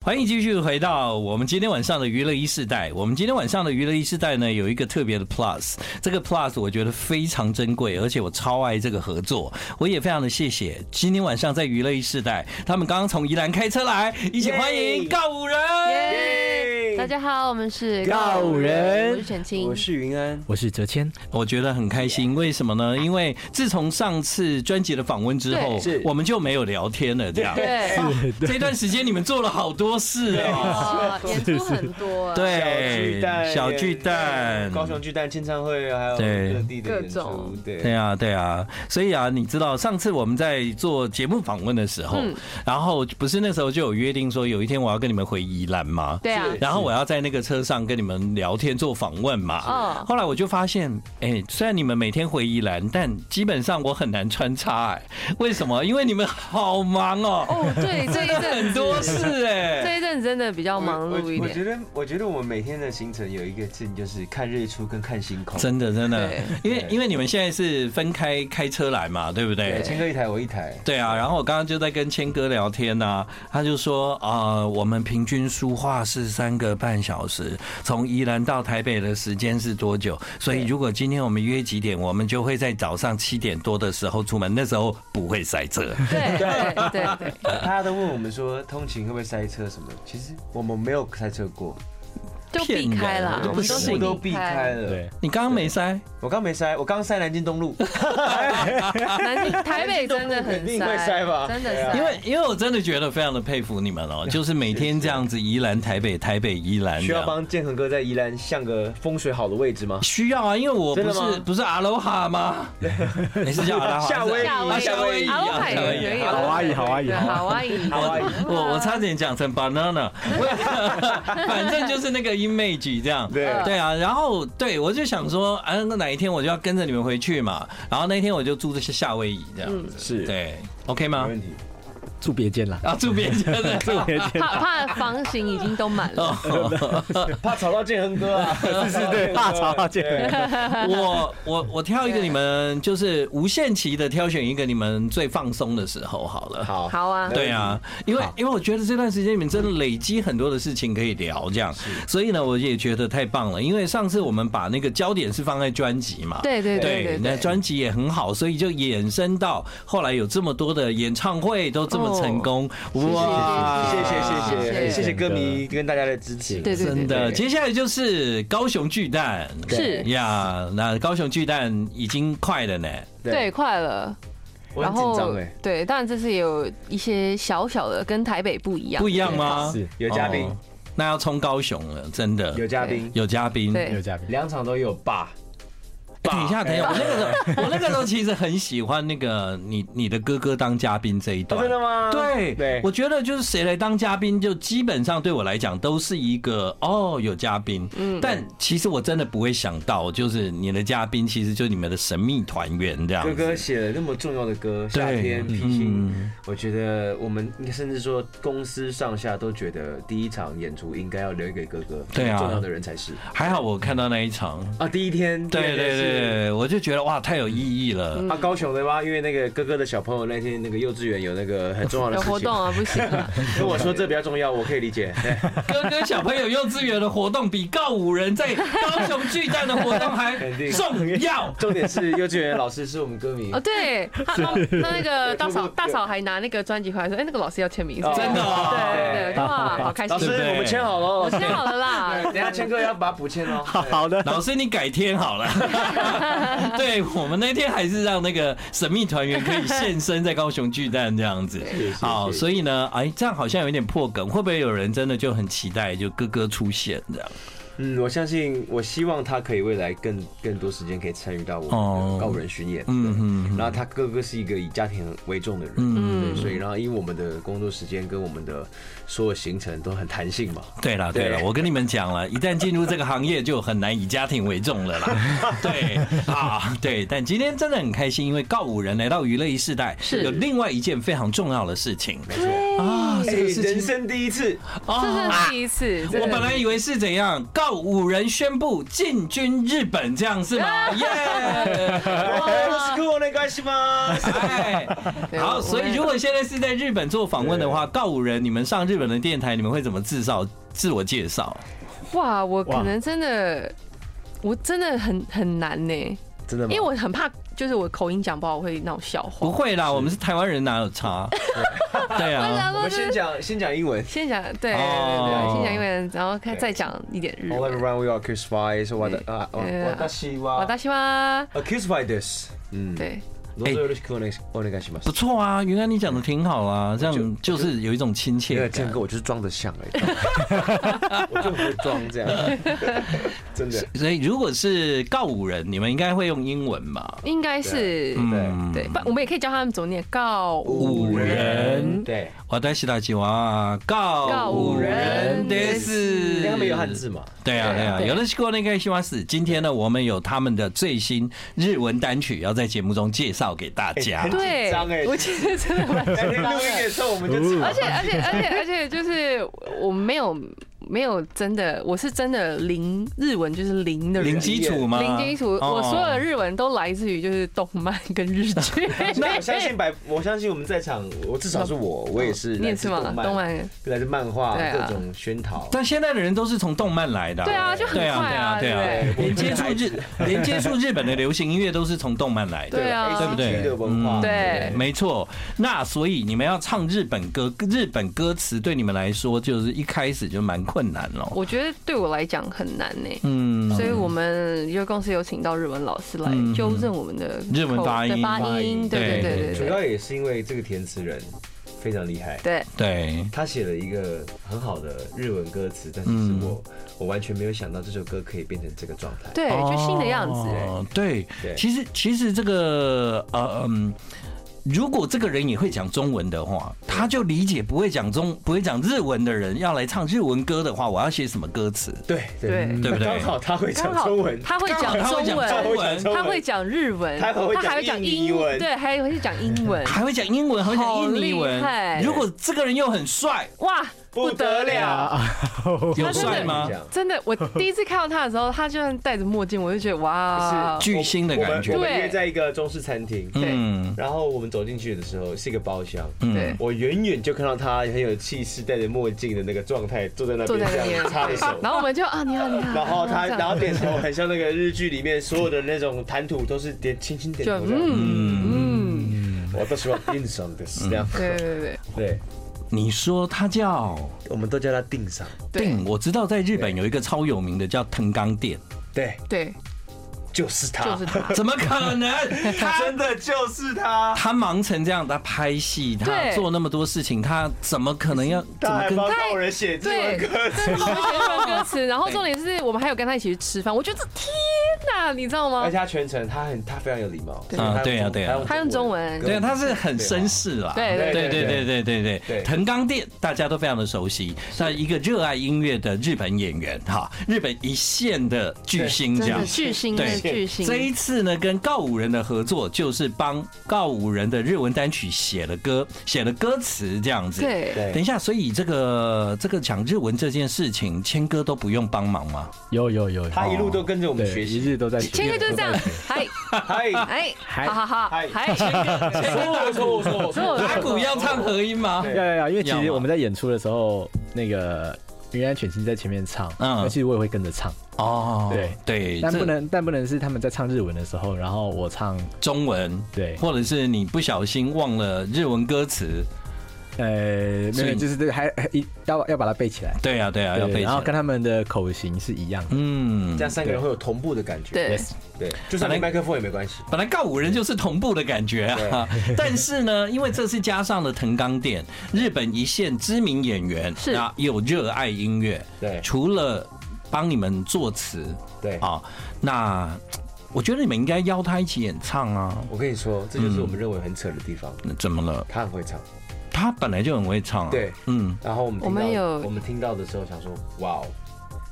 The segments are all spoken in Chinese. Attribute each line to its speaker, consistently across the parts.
Speaker 1: 欢迎继续回到我们今天晚上的娱乐一世代。我们今天晚上的娱乐一世代呢，有一个特别的 plus，这个 plus 我觉得非常珍贵，而且我超爱这个合作，我也非常的谢谢。今天晚上在娱乐一世代，他们刚刚从宜兰开车来，一起欢迎
Speaker 2: Yay！
Speaker 1: 告五人。
Speaker 3: 耶！大家好，我们是
Speaker 2: 告五人
Speaker 3: 我是全清
Speaker 2: 我，是云安，
Speaker 4: 我是哲谦，
Speaker 1: 我觉得很开心，为什么呢？因为自从上次专辑的访问之后
Speaker 3: 对
Speaker 2: 是，
Speaker 1: 我们就没有聊天了，这样。
Speaker 3: 对，
Speaker 1: 这段时间你们做了好多事哦。
Speaker 3: 哇，演出很多，，
Speaker 1: 对，哎小巨蛋，
Speaker 2: 高雄巨蛋签唱会，还有
Speaker 1: 对
Speaker 2: 各地的演
Speaker 3: 各
Speaker 2: 出
Speaker 3: 种，
Speaker 2: 对
Speaker 1: 对啊，对啊，所以啊，你知道上次我们在做节目访问的时候，
Speaker 3: 嗯
Speaker 1: 然后不是那时候就有约定说，有一天我要跟你们回宜兰吗？
Speaker 3: 对啊，
Speaker 2: 是
Speaker 1: 然后我要在那个车上跟你们聊天做访问嘛
Speaker 3: 嗯。
Speaker 1: 后来我就发现，哎，虽然你们每天回宜兰，但基本上我很难穿插。哎，为什么？因为你们好忙哦，
Speaker 3: 哦，对，这一阵子
Speaker 1: 很多，事哎。
Speaker 3: 这一阵子真的比较
Speaker 2: 我
Speaker 3: 忙碌一
Speaker 2: 我我觉
Speaker 3: 点，
Speaker 2: 得，我觉得我每天的行程有一个劲，就是看日出跟看星空。
Speaker 1: 真的，真的
Speaker 3: 对，
Speaker 1: 因为
Speaker 2: 对
Speaker 1: 因为你们现在是分开开车来嘛，对不
Speaker 2: 对，千哥一台，我一台。
Speaker 1: 对啊，然后我刚刚就在跟谦哥聊天呐、他就说啊、呃我们平均书画是三个半小时，从宜兰到台北的时间是多久？所以如果今天我们约几点，我们就会在早上七点多的时候出门，那时候不会塞车。
Speaker 3: 对对对对，
Speaker 2: 大家都问我们说，通勤会不会塞车什么的？其实我们没有塞车过，
Speaker 3: 就避开啦
Speaker 1: 骗人，我
Speaker 3: 我
Speaker 1: 不
Speaker 3: 们
Speaker 1: 信
Speaker 3: 啊
Speaker 2: 全
Speaker 3: 都是
Speaker 2: 部都避
Speaker 3: 避
Speaker 2: 开
Speaker 3: 开，
Speaker 2: 了。，
Speaker 1: 你刚刚没塞，
Speaker 2: 我刚没塞，我刚塞南京东路，
Speaker 1: 啊
Speaker 3: 南京台北真的
Speaker 2: 肯
Speaker 3: 很
Speaker 2: 定会塞
Speaker 3: 塞
Speaker 2: 吧
Speaker 3: 真的
Speaker 2: 对啊
Speaker 3: 塞，
Speaker 1: 因为因为我真的觉得非常的佩服你们哦，就是每天这样子宜兰台北台北宜兰
Speaker 2: 需
Speaker 1: 这
Speaker 2: 要
Speaker 1: 样。
Speaker 2: 帮建恒哥在宜兰像个风水好的位 置吗？
Speaker 1: 需要啊，因为我不
Speaker 2: 真的
Speaker 1: 是
Speaker 2: 吗
Speaker 1: 不是阿罗哈吗？你是叫阿 罗哈？
Speaker 2: 夏威夷
Speaker 3: 夏
Speaker 1: 啊
Speaker 3: 威
Speaker 1: 夏威
Speaker 3: 夷，
Speaker 1: 夷
Speaker 3: 阿
Speaker 1: 啊
Speaker 3: 罗海
Speaker 1: 夏威夷
Speaker 3: 也可以，
Speaker 1: 好
Speaker 4: 啊好啊好啊
Speaker 3: 对好啊，好啊，
Speaker 2: 哇
Speaker 1: 我我差点讲成 banana，反正就是那个 image 这样。
Speaker 2: 对
Speaker 1: 对啊，然后对我就想说，啊，那哪一天我就要跟着你们回去嘛。然后那天我就住这些夏威夷这样子。
Speaker 2: 是
Speaker 1: 对，OK
Speaker 2: 没
Speaker 1: 吗？
Speaker 2: 问题。
Speaker 4: 住别间啦，
Speaker 1: 啊，住 别家的。
Speaker 4: 住别间，
Speaker 3: 怕怕房型已经都满了，
Speaker 1: 哦，
Speaker 2: 怕吵到建恒哥啊，是
Speaker 4: 是对怕吵到建恒
Speaker 2: 哥。
Speaker 1: 我我我挑一个你们就是无限期的挑选一个你们最放松的时候好了。
Speaker 2: 好，
Speaker 3: 好啊，
Speaker 1: 对啊，因为
Speaker 4: 好
Speaker 1: 因为我觉得这段时间你们真的累积很多的事情可以聊，这样，所以呢，我也觉得太棒了。因为上次我们把那个焦点是放在专辑嘛，
Speaker 3: 对对对对
Speaker 1: 那
Speaker 3: 对，
Speaker 1: 专辑也很好，所以就衍生到后来有这么多的演唱会都这么成功，哇，
Speaker 2: 哦谢谢谢谢谢
Speaker 3: 谢
Speaker 2: 谢
Speaker 4: 真
Speaker 2: 歌
Speaker 4: 的
Speaker 2: 迷跟大家的支持。
Speaker 3: 对对对
Speaker 1: 真的，
Speaker 3: 对
Speaker 1: 接下来就是高雄巨蛋，
Speaker 3: 是
Speaker 1: 呀，那高雄巨蛋已经快了呢，
Speaker 3: 对，快了。
Speaker 2: 我
Speaker 3: 然
Speaker 2: 很
Speaker 3: 后
Speaker 2: 紧张哎，
Speaker 3: 对，当然这次也有一些小小的跟台北不一样，
Speaker 1: 不一样？吗？
Speaker 4: 是
Speaker 2: 有嘉宾
Speaker 1: 哦，那要冲高雄了，真的
Speaker 2: 有嘉宾，
Speaker 1: 有嘉宾，
Speaker 3: 对
Speaker 4: 有嘉宾，
Speaker 2: 两场都有吧？
Speaker 1: 欸等一下，等一下，我那个时候，我那个时候其实很喜欢那个你你的哥哥当嘉宾这一段。
Speaker 2: 哦真的吗？
Speaker 1: 对，
Speaker 2: 对
Speaker 1: 我，觉得就是谁来当嘉宾，就基本上对我来讲都是一个哦有嘉宾，嗯，但其实我真的不会想到，就是你的嘉宾其实就是你们的神秘团员这样
Speaker 2: 哥
Speaker 1: 子。
Speaker 2: 哥写了那么重要的歌，
Speaker 1: 对
Speaker 2: 夏天披星，
Speaker 1: 嗯，
Speaker 2: 我觉得我们应该甚至说公司上下都觉得第一场演出应该要留给哥哥，
Speaker 1: 对啊
Speaker 2: 重要的人才是
Speaker 1: 还好我看到那一场，
Speaker 2: 啊。第一天，第二
Speaker 1: 对
Speaker 2: 天
Speaker 1: 对对
Speaker 2: 是。
Speaker 1: 对，我就觉得哇太有意义了。
Speaker 2: 啊，高雄的吧，因为那个哥哥的小朋友那天那个幼稚园有那个很重要的
Speaker 3: 有
Speaker 2: 事情
Speaker 3: 活动，啊，不行 啊，
Speaker 2: 跟我说这比较重要，我可以理解。对
Speaker 1: 哥哥小朋友幼稚园的活动比告五人在高雄巨蛋的活动还
Speaker 2: 肯定
Speaker 1: 重要。
Speaker 2: 重点是幼稚园老师是我们歌迷
Speaker 3: 哦，，对，他那那个大嫂大嫂还拿那个专辑回来说，哎，那个老师要签名，
Speaker 2: 哦
Speaker 1: 真的哦
Speaker 3: 对对对，哇，好开心
Speaker 2: 老，师
Speaker 1: 对
Speaker 2: 我们签好了
Speaker 3: 我
Speaker 2: 哦，
Speaker 3: 签好了啦
Speaker 2: 等，一下谦哥要把它补签哦。
Speaker 4: 好好 的，
Speaker 1: 老师，你改天好了。对我们那天还是让那个神秘团员可以现身在高雄巨蛋这样子。好，所以呢，哎，这样好像有点破梗，会不会有人真的就很期待就哥哥出现这样？
Speaker 2: 嗯，我相信，我希望他可以未来更更多时间可以参与到我们
Speaker 1: 哦
Speaker 2: 的高人巡演。
Speaker 1: 嗯嗯
Speaker 2: 然后他哥哥是一个以家庭为重的人，
Speaker 1: 嗯
Speaker 2: 对，所以然后因为我们的工作时间跟我们的所有行程都很弹性嘛，
Speaker 1: 对了对了，
Speaker 2: 对
Speaker 1: 我跟你们讲了，一旦进入这个行业，就很难以家庭为重了啦。 对啊，对，但今天真的很开心，因为告五人来到娱乐一世代，
Speaker 3: 是
Speaker 1: 有另外一件非常重要的事情。
Speaker 2: 没错。
Speaker 1: 啊
Speaker 2: 哎，
Speaker 1: 这个事情啊
Speaker 2: 人生第 一次，
Speaker 3: 这是第一次，真的
Speaker 1: 我本来以为是怎样告五人宣布进军日本，这样是 吗？耶！啊
Speaker 2: 哇，酷那个是吗？
Speaker 1: 哎，
Speaker 3: 对
Speaker 1: 好，
Speaker 3: 我
Speaker 1: 所以
Speaker 3: 我
Speaker 1: 如果现在是在日本做访问的话，告五人，你们上日本的电台，你们会怎么介绍？自我介绍？
Speaker 3: 哇，我可
Speaker 4: 哇
Speaker 3: 能真的，我真的很很难呢，
Speaker 2: 真的
Speaker 3: 因
Speaker 2: 吗？
Speaker 3: 为我很怕，就是我口音讲不好，我会闹笑话。
Speaker 1: 不会啦，我们是台湾人，哪有 差？对
Speaker 3: 我
Speaker 1: 啊，
Speaker 3: 想
Speaker 2: 我
Speaker 3: 说
Speaker 2: 们
Speaker 3: 就是
Speaker 2: 先讲先讲英文。
Speaker 3: 先讲，对对对
Speaker 1: 哦
Speaker 3: 对，先讲英文，然后看
Speaker 2: 对
Speaker 3: 再讲一点日
Speaker 2: All
Speaker 3: 文。
Speaker 2: everyone we are kissed by so what
Speaker 3: 对
Speaker 2: 啊，我
Speaker 3: 对啊
Speaker 2: 私
Speaker 3: 我
Speaker 2: は
Speaker 3: 大西吗？
Speaker 2: a kissed by this。嗯，
Speaker 3: 对，
Speaker 2: どうぞよろしくお願いしお願いしま
Speaker 1: 不
Speaker 2: す。
Speaker 1: 错啊，原来你讲的挺好啊，这样就是有一种亲
Speaker 2: 因
Speaker 1: 切
Speaker 2: 为健
Speaker 1: 感
Speaker 2: 哥，。我就是装的像哎，我就不会装这样，真的。
Speaker 1: 所以如果是告五人，你们应该会用英文吧？
Speaker 3: 应该是
Speaker 1: 嗯，
Speaker 3: 对，不，我们也可以教他们怎么念告五人。
Speaker 2: 对，
Speaker 1: 我在西大吉娃告五人的
Speaker 2: 因
Speaker 1: 是，
Speaker 2: 为他们有汉字嘛。
Speaker 1: 对啊，对啊，
Speaker 3: 对
Speaker 1: 有的是国内该希望是。今天呢，我们有他们的最新日文单曲要在节目中介绍给大家。
Speaker 3: 对
Speaker 2: 紧张欸，
Speaker 3: 我觉得真的蛮紧
Speaker 2: 那天
Speaker 3: 张
Speaker 2: 录
Speaker 3: 的
Speaker 2: 音。的时候我们就知道
Speaker 3: 而且而且而且而且就是我没有没有真的，我是真的零日文就是零的人
Speaker 1: 零基础吗？
Speaker 3: 零基础，
Speaker 1: 哦
Speaker 3: 我所有的日文都来自于就是动漫跟日剧。
Speaker 2: 那我相信百，我相信我们在场，我至少是我，我也是
Speaker 3: 你
Speaker 2: 来
Speaker 3: 也
Speaker 2: 自
Speaker 3: 是吗？
Speaker 2: 动
Speaker 3: 动
Speaker 2: 漫，
Speaker 3: 漫
Speaker 2: 来自漫画
Speaker 3: 对啊
Speaker 2: 各种熏陶。
Speaker 1: 但现在的人都是从动漫来的、
Speaker 3: 对啊，就很
Speaker 1: 对啊，
Speaker 3: 快
Speaker 1: 对啊，对
Speaker 3: 对不
Speaker 1: 啊
Speaker 3: 对？，
Speaker 1: 连接触日，连接触日本的流行音乐都是从动漫来的。
Speaker 3: 对啊
Speaker 1: 对不对
Speaker 2: ACG 的文
Speaker 1: 嗯
Speaker 2: 化，
Speaker 3: 对
Speaker 1: 没错，那所以你们要唱日本歌，日本歌词对你们来说就是一开始就蛮困难咯。
Speaker 3: 我觉得对我来讲很难呢。
Speaker 1: 嗯，
Speaker 3: 所以我们因为公司有请到日文老师来
Speaker 1: 嗯
Speaker 3: 纠正我们的
Speaker 1: 日文
Speaker 3: 口
Speaker 1: 发音
Speaker 3: 的
Speaker 2: 发
Speaker 3: 发
Speaker 2: 音
Speaker 3: 音，对对
Speaker 1: 对
Speaker 3: 对
Speaker 2: 主
Speaker 3: 对
Speaker 2: 要也是因为这个填词人非常厉害，
Speaker 3: 对
Speaker 1: 对，
Speaker 2: 他写了一个很好的日文歌词，但是是我我完全没有想到这首歌可以变成这个状态。
Speaker 3: 对，就新的样子。
Speaker 1: 哦、对，
Speaker 2: 对
Speaker 1: 其实其实这个呃嗯。如果这个人也会讲中文的话，他就理解不会讲中不会讲日文的人要来唱日文歌的话，我要写什么歌词？
Speaker 2: 对
Speaker 3: 对
Speaker 1: 对不对
Speaker 2: 刚好他会讲
Speaker 3: 刚好
Speaker 2: 中文，
Speaker 3: 他会讲
Speaker 1: 刚好他会讲
Speaker 3: 中文
Speaker 1: 中，文
Speaker 3: 他会讲日文，
Speaker 2: 他还会讲
Speaker 3: 还会讲
Speaker 2: 印尼
Speaker 3: 英
Speaker 2: 文
Speaker 3: 对，还会讲英文，
Speaker 1: 还会讲英文，还会讲印尼
Speaker 3: 好厉害
Speaker 1: 文。如果这个人又很帅，
Speaker 3: 哇，
Speaker 2: 不得了，
Speaker 1: 有帅吗
Speaker 2: 他真的很？讲
Speaker 3: 真的，我第一次看到他的时候，他就算戴着墨镜，我就觉得哇，
Speaker 1: 巨星的感
Speaker 2: 我
Speaker 1: 觉。
Speaker 2: 们
Speaker 3: 对
Speaker 2: 约在一个中式餐厅，
Speaker 3: 对
Speaker 1: 嗯
Speaker 2: 然后我们走进去的时候是一个包厢，
Speaker 3: 对
Speaker 2: 我远远就看到他很有气势，戴着墨镜的那个状态，坐在那
Speaker 3: 坐
Speaker 2: 边
Speaker 3: 在
Speaker 2: 这
Speaker 3: 那边
Speaker 2: 样插着手，
Speaker 3: 然后我们就啊，你好，你 好，
Speaker 2: 然后 他
Speaker 3: 这样
Speaker 2: 然后点头，很像那个日剧里面所有的那种谈吐都是点轻轻点
Speaker 3: 就
Speaker 2: 头这样。
Speaker 3: 嗯嗯，
Speaker 2: 我都喜欢定上的这样。
Speaker 3: 对对对
Speaker 2: 对，
Speaker 1: 你说他叫
Speaker 2: 我们都叫他定上。
Speaker 3: 对
Speaker 1: 定，我知道在日本有一个超有名的叫藤冈店，
Speaker 2: 对，
Speaker 3: 对，
Speaker 2: 就是他，
Speaker 3: 就是他。
Speaker 1: 怎么可能？他
Speaker 2: 真的就是他。
Speaker 1: 他忙成这样，他拍戏，他
Speaker 3: 对
Speaker 1: 做那么多事情，他怎么可能要怎
Speaker 2: 他
Speaker 1: 么
Speaker 2: 还
Speaker 1: 跟
Speaker 2: 帮道人写日文
Speaker 3: 对，
Speaker 2: 歌词
Speaker 3: 真，的好喜欢歌词。然后重点是我们还有跟他一起去吃饭，我觉得天哪，你知 道
Speaker 2: 而
Speaker 3: 吗
Speaker 2: 且？他全程他很他非常有礼貌。
Speaker 3: 对
Speaker 2: 他用
Speaker 1: 啊对啊对啊
Speaker 3: 他用中文
Speaker 1: 对，啊他是很绅。士啦。
Speaker 3: 对
Speaker 1: 对
Speaker 3: 对
Speaker 1: 对
Speaker 2: 对
Speaker 1: 对对对对
Speaker 2: 对
Speaker 1: 藤冈店大家都非常的熟悉，那一个热爱音乐的日本演员哈，日本一线的巨星这
Speaker 3: 真
Speaker 1: 样
Speaker 3: 的。巨星
Speaker 1: 对
Speaker 3: 的巨星，
Speaker 1: 这一次呢，跟告五人的合作，就是帮告五人的日文单曲写了歌，写了歌词这样子。，
Speaker 3: 对
Speaker 2: 对
Speaker 1: 等一下，所以这个这个讲日文这件事情，谦哥都不用帮忙 吗？
Speaker 4: 有有有，
Speaker 2: 他一路都跟着我们
Speaker 4: 对
Speaker 2: 学
Speaker 4: 一
Speaker 2: 习。
Speaker 1: 哦
Speaker 4: 日都在学。
Speaker 3: 谦哥就是这样，嗨
Speaker 2: 嗨，
Speaker 3: 哎，
Speaker 4: 嗨
Speaker 3: 好好好，
Speaker 2: 嗨
Speaker 3: 嗨，谦哥，
Speaker 2: 我说我说我
Speaker 3: 所以 我
Speaker 1: 打鼓要唱合音吗？
Speaker 2: 对
Speaker 4: 要要要，因为其
Speaker 1: 要
Speaker 4: 实
Speaker 1: 嘛
Speaker 4: 我们在演出的时候，那个云安犬星在前面唱，
Speaker 1: 嗯
Speaker 4: 嗯，其实我也会跟着唱，
Speaker 1: 哦，
Speaker 4: 对
Speaker 1: 对，
Speaker 4: 但
Speaker 1: 这
Speaker 4: 不能但不能是他们在唱日文的时候，然后我唱
Speaker 1: 中文，
Speaker 4: 对，
Speaker 1: 或者是你不小心忘了日文歌词，
Speaker 4: 呃，
Speaker 1: 所
Speaker 4: 没
Speaker 1: 以
Speaker 4: 有，就是这个还还一要要把它背起来，
Speaker 1: 对啊呀、对呀、要
Speaker 4: 对
Speaker 1: 背起
Speaker 4: 然后跟
Speaker 1: 来。
Speaker 4: 他们的口型是一样的。
Speaker 1: 嗯
Speaker 2: 这，样三个人会有同步的感觉。
Speaker 3: 对，
Speaker 2: 对，就算没麦克风也没关系。
Speaker 1: 本来告五人就是同步的感觉啊，但是呢，因为这次加上了藤冈店，日本一线知名演员，
Speaker 3: 是
Speaker 1: 啊，有热爱音乐，
Speaker 2: 对
Speaker 1: 除了帮你们作词
Speaker 2: 对，
Speaker 1: 啊，那我觉得你们应该邀他一起演唱啊。
Speaker 2: 我跟你说，这就是我们认为很扯的地方。
Speaker 1: 那怎么了？
Speaker 2: 他很会唱，
Speaker 1: 他本来就很会唱、啊，
Speaker 2: 对，
Speaker 1: 嗯，
Speaker 2: 然后我们
Speaker 3: 我们
Speaker 2: 听到
Speaker 3: 有
Speaker 2: 我们听到的时候想说，哇，哦，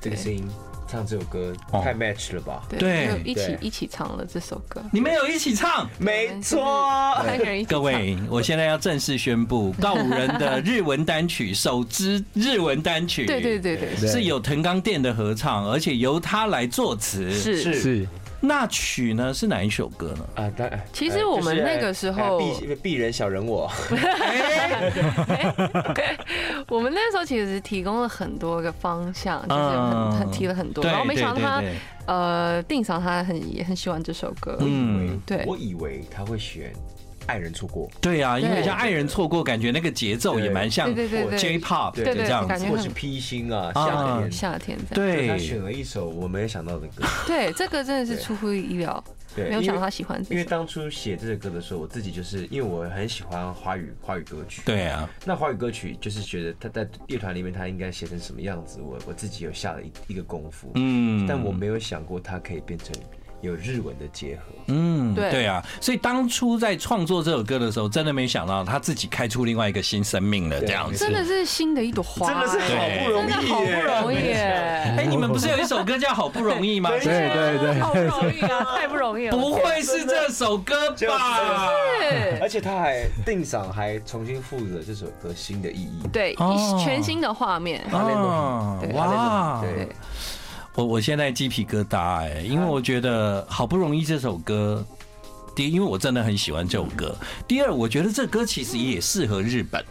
Speaker 2: 这个
Speaker 3: 对
Speaker 2: 声音唱这首歌
Speaker 1: 哦
Speaker 2: 太 match 了吧？
Speaker 1: 对
Speaker 3: 就一起
Speaker 2: 对
Speaker 3: 一起唱了这首歌。
Speaker 1: 你们有一起唱。
Speaker 2: 没错，
Speaker 3: 三个人一 起
Speaker 1: 各
Speaker 3: 唱，
Speaker 1: 位，我现在要正式宣 布，告五人的日文单曲首支日文单曲，
Speaker 3: 对对对对，
Speaker 4: 对
Speaker 1: 是有藤冈店的合唱，而且由他来作词。
Speaker 3: 是
Speaker 2: 是
Speaker 4: 是
Speaker 1: 那曲呢是哪一首歌呢？
Speaker 2: 啊，当然。哎
Speaker 3: 其实我们那个时候
Speaker 2: 鄙鄙人小人我，
Speaker 3: 我们那时候其实提供了很多个方向，就是
Speaker 1: 嗯
Speaker 3: 很很提了很多，
Speaker 1: 对
Speaker 3: 然后没想到
Speaker 1: 对
Speaker 3: 他
Speaker 1: 对对
Speaker 3: 呃定赏他很也很喜欢这首歌，
Speaker 1: 嗯，
Speaker 3: 对
Speaker 2: 我以为他会选爱人错过，
Speaker 1: 对啊，因为
Speaker 3: 对
Speaker 1: 像爱人错过，感觉那个节奏也蛮像
Speaker 3: 对对对对
Speaker 1: J-pop
Speaker 2: 对
Speaker 1: 的
Speaker 2: 对
Speaker 1: 这样
Speaker 3: 感
Speaker 1: 子。
Speaker 3: 觉
Speaker 2: 或
Speaker 3: 很
Speaker 2: 是披星啊，
Speaker 1: 啊
Speaker 2: 夏天。
Speaker 3: 夏天这样，
Speaker 2: 对他
Speaker 1: 对
Speaker 2: 选了一首我没有想到的歌，
Speaker 3: 对，这个真的是出乎意料，
Speaker 2: 对，
Speaker 3: 没有
Speaker 2: 因
Speaker 3: 想
Speaker 2: 为
Speaker 3: 到他喜欢
Speaker 2: 因
Speaker 3: 这
Speaker 2: 为
Speaker 3: 首，
Speaker 2: 当初写这个歌的时候，我自己就是因为我很喜欢华语华语歌曲，
Speaker 1: 对啊，
Speaker 2: 那华语歌曲就是觉得他在乐团里面他应该写成什么样子，我我自己有下了一一个功夫，
Speaker 1: 嗯，
Speaker 2: 但我没有想过它可以变成有日文的结合。
Speaker 1: 嗯，
Speaker 3: 对
Speaker 1: 对啊，所以当初在创作这首歌的时候，真的没想到他自己开出另外一个新生命了，这样子。
Speaker 3: 真的是新的一朵花，
Speaker 2: 真的是
Speaker 1: 好不容
Speaker 3: 真的好不容易耶，
Speaker 1: 哎，你们不是有一首歌叫《好不容易》吗？
Speaker 4: 对对对
Speaker 3: 好不容易啊， 太不容易了，
Speaker 1: 不会是这首歌
Speaker 2: 就
Speaker 1: 吧？啊
Speaker 3: 是
Speaker 2: 而且他还定赏还重新赋予了这首歌新的意义。
Speaker 3: 对，
Speaker 1: 哦
Speaker 3: 一全新的画面，
Speaker 1: 啊
Speaker 3: 对
Speaker 1: 哇！
Speaker 2: 对
Speaker 3: 对，
Speaker 1: 我我现在鸡皮疙瘩哎、因为我觉得好不容易这首歌，第一，因为我真的很喜欢这首歌；第二，我觉得这歌其实也适合日本。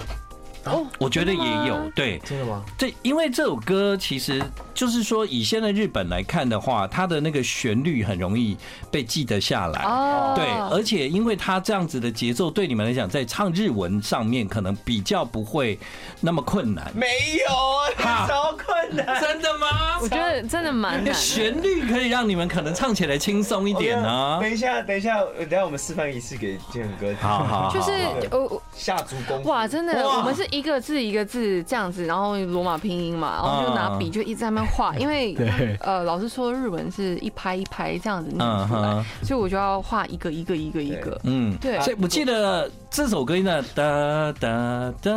Speaker 3: 哦，
Speaker 1: 我觉得
Speaker 3: 真的吗
Speaker 1: 也有
Speaker 3: 啊
Speaker 1: 对
Speaker 2: 真的吗？
Speaker 1: 这，因为这首歌其实就是说，以现在日本来看的话，它的那个旋律很容易被记得下来。
Speaker 3: 哦，
Speaker 1: 对，而且因为它这样子的节奏，对你们来讲，在唱日文上面可能比较不会那么困难。
Speaker 2: 没有，啊
Speaker 1: 哈
Speaker 2: 超困 难。
Speaker 1: 真的吗？
Speaker 3: 我觉得真的蛮难的，
Speaker 1: 旋律可以让你们可能唱起来轻松一点啊呢、
Speaker 2: 等一下，等一下，等一下，我们示范一次给建恒哥听。
Speaker 1: 好好好，
Speaker 3: 就是
Speaker 1: 好
Speaker 3: 我
Speaker 2: 下足功夫。
Speaker 3: 哇，真的，
Speaker 1: 哇
Speaker 3: 我们是一个字一个字这样子，然后罗马拼音
Speaker 1: 嗯
Speaker 3: 嘛，然后就拿笔就一直在那边画，因为
Speaker 4: 对
Speaker 3: 呃，老师说日文是一拍一拍这样子念
Speaker 1: 嗯
Speaker 3: 出来
Speaker 1: 哼，，
Speaker 3: 所以我就要画一个一个一个一个。
Speaker 1: 嗯，
Speaker 3: 对
Speaker 1: 所以我记得这首歌呢，哒哒哒，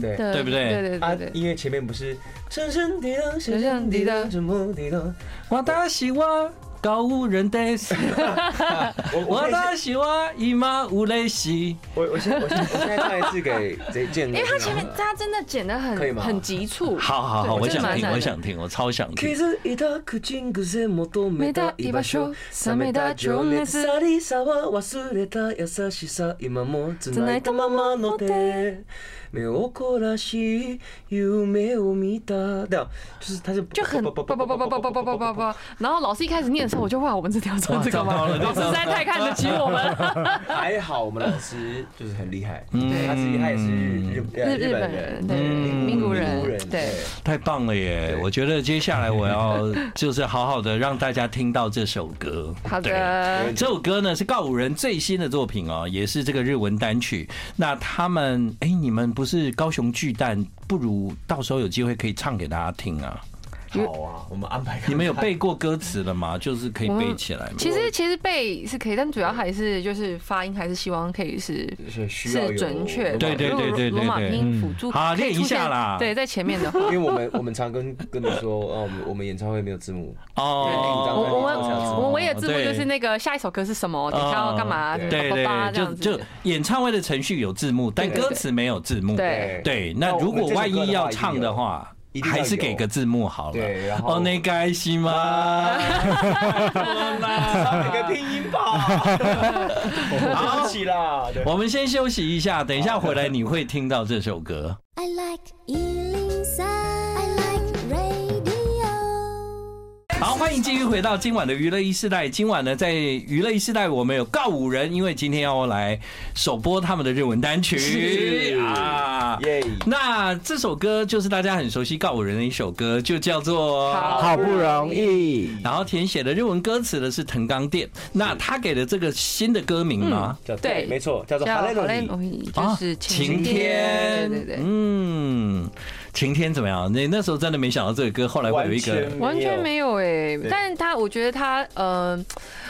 Speaker 2: 对
Speaker 1: 对不对
Speaker 3: 对对
Speaker 2: 啊
Speaker 3: 对，对。
Speaker 2: 因为前面不是深深滴答，深深滴答，什么滴答？
Speaker 1: 我大喜欢高五人的 死，
Speaker 2: 我
Speaker 1: 我
Speaker 2: 我
Speaker 1: 大喜欢姨妈无泪洗，
Speaker 2: 我我先我先我现在唱一次给这建恒哥。
Speaker 3: 因为他前面他真的剪得
Speaker 2: 可以
Speaker 3: 很
Speaker 2: 吗
Speaker 3: 很急促，
Speaker 1: 好好好，
Speaker 3: 对
Speaker 1: 哦我
Speaker 3: 真的
Speaker 1: 想
Speaker 3: 蛮
Speaker 1: 听，
Speaker 3: 难的
Speaker 1: 我想听，我超想听。
Speaker 2: 傷いた口癖も止めた居場所冷めた情熱さりさは忘れた優しさ今も繋いだままの手目を凝らし夢を見たで就是他是
Speaker 3: 就很叭叭叭叭叭叭叭叭叭叭叭。然后老师一开始念的时候，我就哇，我们真的要唱这个吗
Speaker 1: 哇糟糕？了
Speaker 3: 老师实在太看得起我们了。
Speaker 2: 还好我们老师就是很厉害
Speaker 1: 对
Speaker 2: 他是他也是日
Speaker 3: 日
Speaker 2: 日
Speaker 3: 嗯日本人，对，名
Speaker 2: 名
Speaker 3: 古
Speaker 2: 古
Speaker 3: 人，
Speaker 2: 人
Speaker 3: 对，
Speaker 1: 太棒了耶！
Speaker 2: 对
Speaker 1: 我觉得接下来我要就是好好的让大家听到这首歌。
Speaker 3: 好
Speaker 1: 对
Speaker 3: 的，
Speaker 1: 这首歌呢是告五人最新的作品哦，也是这个日文单曲。那他们，哎、你们不是高雄巨蛋，不如到时候有机会可以唱给大家听啊。
Speaker 2: 好啊我们安排
Speaker 1: 你们有背过歌词了吗？就是可以背起来吗？
Speaker 3: 其实其实背是可以，但主要还是就是发音，还是希望可以是
Speaker 2: 需要
Speaker 3: 是准确的，
Speaker 1: 对对对对对
Speaker 3: 罗马拼音辅助，
Speaker 1: 嗯好
Speaker 3: 可以
Speaker 1: 练一下
Speaker 3: 出现
Speaker 1: 啦
Speaker 3: 对，在前面的话，
Speaker 2: 因为我们我们常跟跟你说，哦，我们我们演唱会没有字幕，
Speaker 1: 哦，
Speaker 3: 我我们
Speaker 2: 哦
Speaker 3: 我们唯一的字幕就是那个下一首歌是什么，等一下要干嘛，
Speaker 2: 对
Speaker 1: 哦对
Speaker 3: 叭叭叭
Speaker 1: 对，
Speaker 3: 这
Speaker 1: 就
Speaker 3: 样
Speaker 1: 就
Speaker 3: 子，
Speaker 1: 演唱会的程序有字幕，但
Speaker 3: 对对对
Speaker 1: 歌词没有字幕。
Speaker 3: 对
Speaker 1: 对，那如果万一要唱的，话
Speaker 2: 一，定要有
Speaker 1: 还是给个字幕好了。
Speaker 2: 对然后
Speaker 1: 哦，那该西 吗？
Speaker 2: 每啊个拼音吧， 好起啦， 对，
Speaker 1: 我们先休息一下，等一下回来你会听到这首歌。
Speaker 5: I like Ealing Sound. I like radio.
Speaker 1: 好，欢迎继续回到今晚的娱乐一世代。今晚呢，在娱乐一世代，我们有告五人，因为今天要来首播他们的日文单曲
Speaker 2: 是
Speaker 1: 啊。
Speaker 2: 耶，
Speaker 1: 那这首歌就是大家很熟悉告五人的一首歌，就叫做。
Speaker 4: 好不容易，
Speaker 1: 然后填写的日文歌词的是藤冈店，那他给的这个新的歌名吗？啊
Speaker 2: 叫
Speaker 3: 对
Speaker 2: 没错，叫做
Speaker 3: 叫
Speaker 2: 哈雷
Speaker 3: 好
Speaker 2: 罗
Speaker 3: 嘞
Speaker 2: 尼，，
Speaker 3: 嗯就是晴天，对对对。
Speaker 1: 嗯，晴天怎么样？你那时候真的没想到这个歌后来会有一个
Speaker 3: 完全没有哎、
Speaker 2: 对
Speaker 3: 但他我觉得他呃，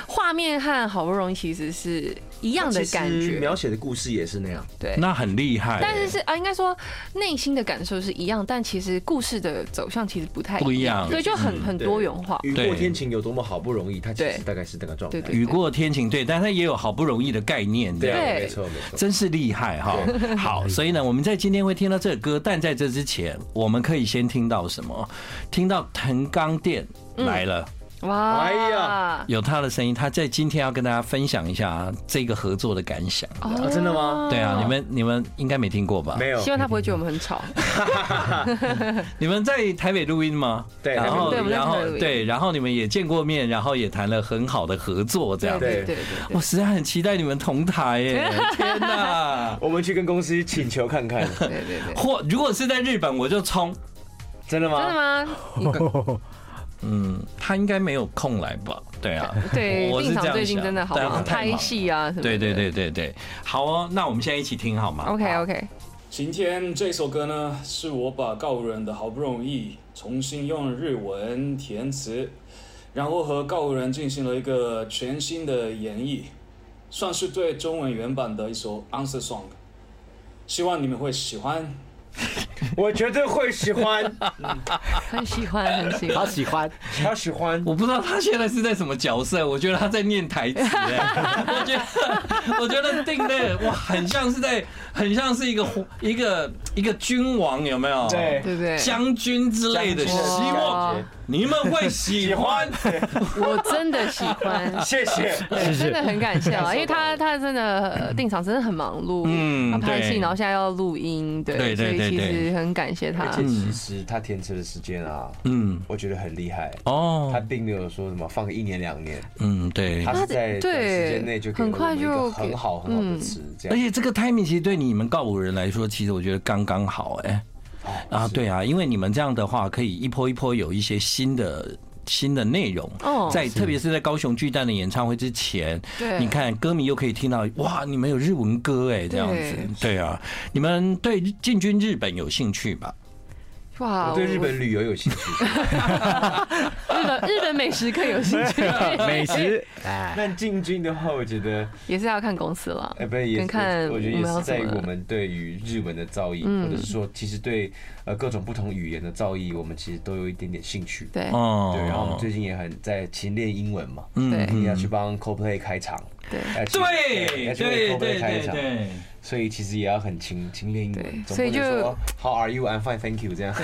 Speaker 3: 画画面和好不容易其实是一样
Speaker 1: 哦
Speaker 3: 的感
Speaker 2: 其实
Speaker 3: 觉，
Speaker 2: 描写的故事也是那样。
Speaker 3: 对。
Speaker 1: 那很厉害欸、
Speaker 3: 但是是啊，应该说内心的感受是一样，但其实故事的走向其实不太
Speaker 1: 不一样嗯
Speaker 3: 所以就很很
Speaker 2: 对
Speaker 3: 多元化。
Speaker 2: 雨
Speaker 1: 对
Speaker 2: 过天晴有多么好不容易，它其
Speaker 3: 对
Speaker 2: 实大概是那个状态。
Speaker 3: 对对
Speaker 1: 雨过天晴，对，但他也有好不容易的概念，
Speaker 2: 对
Speaker 1: 这样
Speaker 2: 啊，
Speaker 3: 对
Speaker 2: 没错没错。
Speaker 1: 真是厉害哈！ 好，所以呢，我们在今天会听到这个歌，但在这之前，我们可以先听到什么？听到藤冈店来
Speaker 3: 嗯
Speaker 1: 了，
Speaker 3: 哇！
Speaker 2: 哎呀
Speaker 1: 有他的声音，他在今天要跟大家分享一下这个合作的感想。
Speaker 3: 哦
Speaker 2: 啊真的吗
Speaker 1: 对啊，你们你们应该没听过吧？
Speaker 2: 没有
Speaker 3: 啊希，望他不会觉得我们 很吵。
Speaker 1: 你们在台北录音吗？
Speaker 2: 对
Speaker 1: 然后
Speaker 3: 台北录音
Speaker 1: 然
Speaker 3: 对我
Speaker 1: 后
Speaker 3: 们在台北录音
Speaker 1: 对，然后你们也见过面，然后也谈了很好的合作，这样。
Speaker 3: 对对对
Speaker 1: 我实在很期待你们同台 耶！天哪！
Speaker 2: 我们去跟公司请求看看，
Speaker 3: 对对对对。
Speaker 1: 或如果是在日本，我就冲。
Speaker 2: 真的
Speaker 3: 真的
Speaker 2: 吗？
Speaker 3: 吗？
Speaker 1: 嗯，他应该没有空来吧？对 啊，
Speaker 3: 对，
Speaker 1: 我是这
Speaker 3: 令场
Speaker 1: 样
Speaker 3: 最近
Speaker 1: 想
Speaker 3: 真的好
Speaker 1: 但
Speaker 3: 忙，
Speaker 1: 他太
Speaker 3: 拍
Speaker 1: 忙
Speaker 3: 戏啊什么的。
Speaker 1: 对对对对对，好哦，那我们现在一起听好啊吗
Speaker 3: OK OK，
Speaker 6: 晴天这首歌呢，是我把告人的好不容易重新用日文填词，然后和告人进行了一个全新的演绎，算是对中文原版的一首 answer song。希望你们会喜欢。
Speaker 2: 我绝对会喜 欢，
Speaker 3: 很喜欢很喜
Speaker 4: 好
Speaker 3: 欢。
Speaker 4: 喜欢，
Speaker 2: 超喜欢。
Speaker 1: 我不知道他现在是在什么角色，我觉得他在念台词、 哎，我觉得 我觉得定的哇，很像是在，很像是一个一个一个君王，有没有？
Speaker 2: 对
Speaker 3: 对不对？
Speaker 1: 将军之类的，
Speaker 2: 将
Speaker 1: 希
Speaker 2: 军的
Speaker 1: 望
Speaker 3: 哇
Speaker 1: 你们会喜 欢。
Speaker 3: 我真的喜欢，
Speaker 2: 谢 谢。
Speaker 4: 谢
Speaker 3: 真的
Speaker 4: 谢。
Speaker 3: 很感谢啊，因为他他真的呃定场真的很忙碌，
Speaker 1: 嗯
Speaker 3: 他拍
Speaker 1: 对
Speaker 3: 戏，然后现在要录音，
Speaker 1: 对
Speaker 3: 对，所
Speaker 1: 对
Speaker 3: 以其
Speaker 1: 对对
Speaker 3: 实很感谢他
Speaker 2: 而。且其实他填词的时间啊，
Speaker 1: 嗯，
Speaker 2: 我觉得很厉害。他
Speaker 1: 哦，
Speaker 2: 并没有说什么放个一年两年，
Speaker 1: 嗯，对。
Speaker 2: 他是
Speaker 3: 他
Speaker 2: 在短时间内就给了
Speaker 3: 很
Speaker 2: 我
Speaker 3: 快
Speaker 2: 们一个
Speaker 3: 就给嗯哎
Speaker 2: 很好很好的词，这
Speaker 1: 而
Speaker 2: 样。
Speaker 1: 且这个 timing 其实对你们告五人来说，其实我觉得刚刚好哎、
Speaker 2: 哦
Speaker 1: 啊，
Speaker 2: 是
Speaker 1: 对啊，因为你们这样的话，可以一波一波有一些新的。新的内容
Speaker 3: 哦，
Speaker 1: 在特别是在高雄巨蛋的演唱会之前，
Speaker 3: 对
Speaker 1: 你看歌迷又可以听到哇，你们有日文歌哎，这样子，对啊，你们对进军日本有兴趣吧？
Speaker 3: 哇，
Speaker 2: 我对日本旅游有兴 趣，
Speaker 3: 我日本日本美食更有兴趣，
Speaker 4: 美食，哎，
Speaker 2: 但进军的话，我觉得
Speaker 3: 也是要看公司了
Speaker 2: 哎、，不是也
Speaker 3: 跟
Speaker 2: 是，
Speaker 3: 看
Speaker 2: 我觉得
Speaker 3: 我
Speaker 2: 也
Speaker 3: 们要
Speaker 2: 是在于
Speaker 3: 怎么嗯
Speaker 2: 我们对于日文的造诣，或者是说，其实对呃各种不同语言的造诣，我们其实都有一点点兴趣。
Speaker 3: 对
Speaker 1: 哦嗯
Speaker 2: 对，然后我们最近也很在勤练英文嘛，
Speaker 3: 对
Speaker 2: 也要去帮 CoPlay 开场。
Speaker 3: 对
Speaker 2: 哎其实
Speaker 1: 对
Speaker 2: 要去
Speaker 1: 对
Speaker 2: 为
Speaker 1: 对
Speaker 2: CoPlay 开
Speaker 1: 对
Speaker 2: 场，
Speaker 1: 对，
Speaker 2: 所以其实也要很勤勤练英文
Speaker 3: 对，
Speaker 2: 总
Speaker 3: 所以
Speaker 2: 不能
Speaker 3: 就
Speaker 2: 说 How are you? I'm fine, thank you 这样。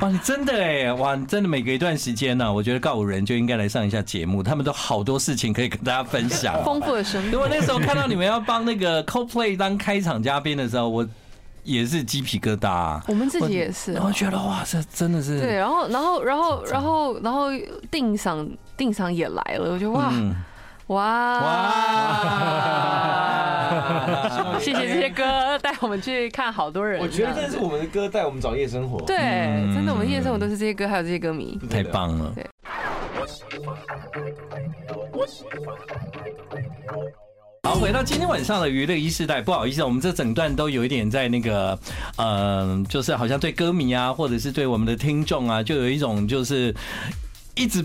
Speaker 1: 哇，你真的哎，哇，你真的每隔一段时间呢、我觉得告五人就应该来上一下节目，他们都好多事情可以跟大家分 享、
Speaker 3: 丰富的生
Speaker 1: 因
Speaker 3: 活。
Speaker 1: 为那时候看到你们要帮那个 CoPlay 当开场嘉宾的时候，我也是鸡皮疙瘩、
Speaker 3: 我们自己也是
Speaker 1: 然后觉得哇，这真的是
Speaker 2: 嗯
Speaker 3: 对，然啊后然后然后然后然后定赏定赏也来了，我觉得哇
Speaker 1: 嗯
Speaker 3: 哇，谢谢这些歌带我们去看好多 人，
Speaker 2: 我觉得
Speaker 3: 这
Speaker 2: 这
Speaker 3: 样
Speaker 2: 是
Speaker 3: 子
Speaker 2: 我嗯们的歌带我们找夜生活。
Speaker 3: 对，真的我们夜生活都是这些歌，还有这些歌迷。
Speaker 1: 太棒了
Speaker 3: 对。
Speaker 1: 好，回到今天晚上的娱乐一世代，不好意思，我们这整段都有一点在那个，嗯、就是好像对歌迷啊，或者是对我们的听众啊，就有一种就是一直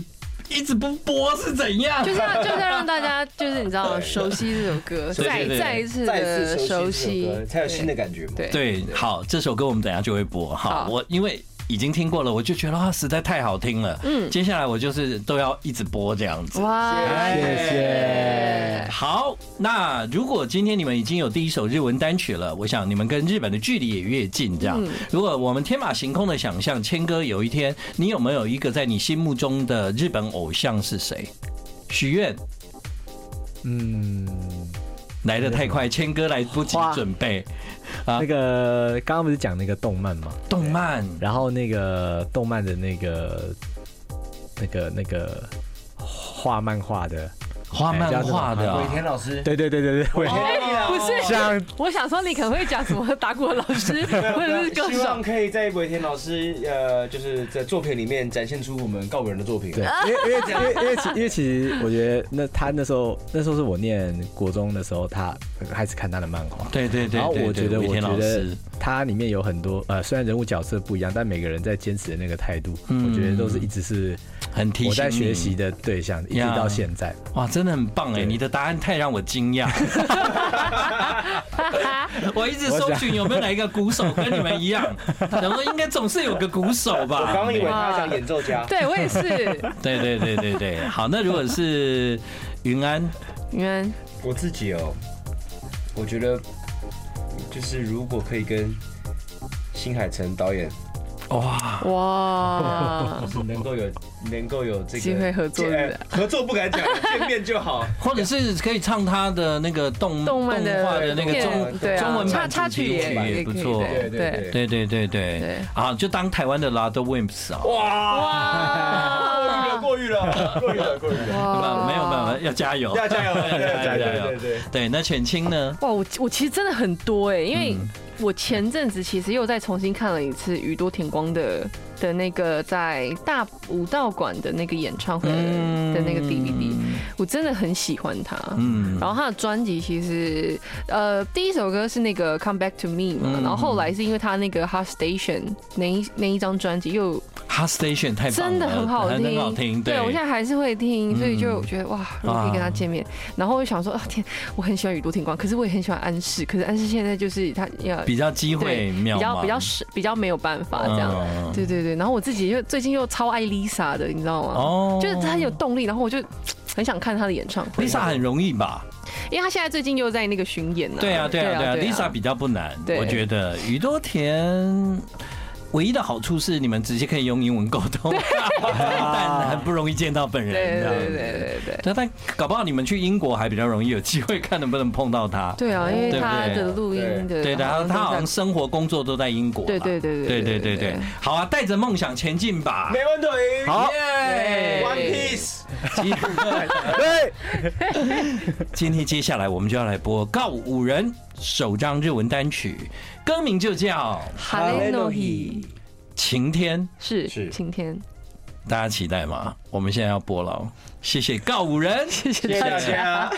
Speaker 1: 一直不播是怎样？
Speaker 3: 就是要就是要让大家就是你知道熟悉这首歌，
Speaker 1: 对
Speaker 3: 再
Speaker 1: 对对
Speaker 3: 再一次
Speaker 2: 再次
Speaker 3: 的
Speaker 2: 熟
Speaker 3: 熟
Speaker 2: 悉
Speaker 3: 悉
Speaker 2: 这首歌，，才有新的感觉嘛。
Speaker 3: 对对
Speaker 1: 对，好，这首歌我们等一下就会播。好，
Speaker 3: 好
Speaker 1: 我因为已经听过了，我就觉得啊，实在太好听了。嗯，接下来我就是都要一直播这样子。
Speaker 3: 哇，哎
Speaker 4: 谢谢。
Speaker 1: 哎好，那如果今天你们已经有第一首日文单曲了，我想你们跟日本的距离也越近。这样，如果我们天马行空的想象，谦哥有一天，你有没有一个在你心目中的日本偶像是谁？许愿
Speaker 4: 嗯，
Speaker 1: 来的太快，谦哥来不及
Speaker 4: 花
Speaker 1: 准备。
Speaker 4: 那个刚刚不是讲那个动漫吗？
Speaker 1: 动漫
Speaker 4: 然后那个动漫的那个那个那个画漫画的，
Speaker 1: 画漫画的啊啊
Speaker 2: 啊伟田老师，
Speaker 4: 对对对对对，我也
Speaker 2: 哎
Speaker 6: 啊，
Speaker 3: 不是
Speaker 4: 像
Speaker 3: 我想说你可能会讲什么打鼓的老师或者是歌
Speaker 2: 希
Speaker 3: 手
Speaker 2: 望，可以在伟田老师呃，就是在作品里面展现出我们告人的作品。
Speaker 4: 对，因为因为因为因为其因为其实我觉得那他那时候那时候是我念国中的时候，他开始看他的漫画。
Speaker 1: 对对对
Speaker 4: 然后
Speaker 1: 对，
Speaker 4: 我觉
Speaker 1: 对
Speaker 4: 得，
Speaker 1: 吴
Speaker 4: 我
Speaker 1: 天
Speaker 4: 觉
Speaker 1: 老
Speaker 4: 得
Speaker 1: 师
Speaker 4: 它里面有很多呃，虽然人物角色不一样，但每个人在坚持的那个态度，我觉得都是一直是
Speaker 1: 很提醒
Speaker 4: 我在学
Speaker 1: 你
Speaker 4: 习的对象，一直
Speaker 1: 呀
Speaker 4: 到现在。
Speaker 1: 哇，真的很棒哎！
Speaker 4: 对
Speaker 1: 你的答案太让我惊 讶。我一直搜寻有没有哪一个鼓手跟你们一样，想说应该总是有个鼓手吧。
Speaker 2: 我刚刚以为他讲演奏家，
Speaker 3: 对我也是，
Speaker 1: 对对对对对，好，那如果是云安，
Speaker 3: 你们
Speaker 2: 我自己哦，我觉得就是如果可以跟新海诚导演
Speaker 1: 哇，
Speaker 3: 哇，
Speaker 2: 能够有能够有这个
Speaker 3: 机会合作
Speaker 2: 见哎
Speaker 3: 是
Speaker 2: 合作不敢讲，见面就好。
Speaker 1: 或者是可以唱他的那个动
Speaker 3: 动漫的
Speaker 1: 画的那个
Speaker 3: 片
Speaker 1: 中
Speaker 3: 对啊
Speaker 1: 中文
Speaker 3: 插
Speaker 1: 版
Speaker 3: 插
Speaker 1: 主
Speaker 3: 曲
Speaker 1: 题
Speaker 3: 也
Speaker 1: 曲
Speaker 3: 也
Speaker 1: 不
Speaker 3: 可以
Speaker 1: 错。
Speaker 2: 对
Speaker 3: 对对
Speaker 1: 对对对对
Speaker 3: 对，
Speaker 1: 啊，就当台湾的 Lado Wimps 啊。
Speaker 3: 哇
Speaker 2: 过誉了，过誉了，过誉了。
Speaker 1: 哇，没有没有没有，要加油，
Speaker 2: 要加油，
Speaker 1: 要加
Speaker 2: 加
Speaker 1: 油，
Speaker 2: 油对
Speaker 1: 加
Speaker 2: 对
Speaker 1: 油。
Speaker 2: 对。
Speaker 1: 对，那犬青呢？
Speaker 3: 哇，我我其实真的很多哎、因为
Speaker 1: 嗯
Speaker 3: 我前阵子其实又再重新看了一次宇多田光的的那个在大武道馆的那个演唱会的,、那个 DVD，我真的很喜欢他。
Speaker 1: 嗯
Speaker 3: 然后他的专辑其实，呃，第一首歌是那个《Come Back to Me》嘛，
Speaker 1: 嗯
Speaker 3: 然后后来是因为他那个《Hot Station》那一那一张专辑又
Speaker 1: Hot Station 太棒了
Speaker 3: 真的很好听，
Speaker 1: 很好听。
Speaker 3: 对我现在还是会听，所以就觉得哇，如果可以跟他见面，然后我就想说，啊天，我很喜欢宇多田光，可是我也很喜欢安室，可是安室现在就是他要
Speaker 1: 比较机
Speaker 3: 对
Speaker 1: 会
Speaker 3: 比
Speaker 1: 渺
Speaker 3: 较
Speaker 1: 茫，
Speaker 3: 比较是比较没有办法这样。
Speaker 1: 嗯
Speaker 3: 对对对，然后我自己又最近又超爱 Lisa 的，你知道吗？
Speaker 1: 哦
Speaker 3: 就是她很有动力，然后我就很想看她的演唱会。
Speaker 1: Lisa 很容易吧？
Speaker 3: 因为她现在最近又在那个巡演呢、
Speaker 1: 对啊，对啊，对啊，Lisa 比较不难，
Speaker 3: 对
Speaker 1: 我觉得宇多田。唯一的好处是你们直接可以用英文沟通， 但很不容易见到本人。
Speaker 3: 对
Speaker 1: 这样
Speaker 3: 对对对对对。
Speaker 1: 但但搞不好你们去英国还比较容易有机会看能不能碰到他。
Speaker 3: 对啊，因为
Speaker 1: 对不
Speaker 3: 她
Speaker 1: 对
Speaker 3: 的录音的，
Speaker 1: 对的，他他好像生活工作都在英国啦。
Speaker 3: 对对对
Speaker 1: 对
Speaker 3: 对
Speaker 1: 对
Speaker 3: 对
Speaker 1: 对
Speaker 3: 对
Speaker 1: 对，好啊，带着梦想前进吧。
Speaker 2: 没问题。
Speaker 4: 好，
Speaker 1: 耶
Speaker 2: One Piece。
Speaker 1: 今哎今天接下来我们就要来播告五人首张日文单曲，歌名就叫《
Speaker 3: 哈雷诺伊
Speaker 1: 晴天
Speaker 3: 是
Speaker 2: 是
Speaker 3: 晴天，》，
Speaker 1: 大家期待吗？我们现在要播了哦，谢谢告五人，谢谢
Speaker 2: 谢谢大家。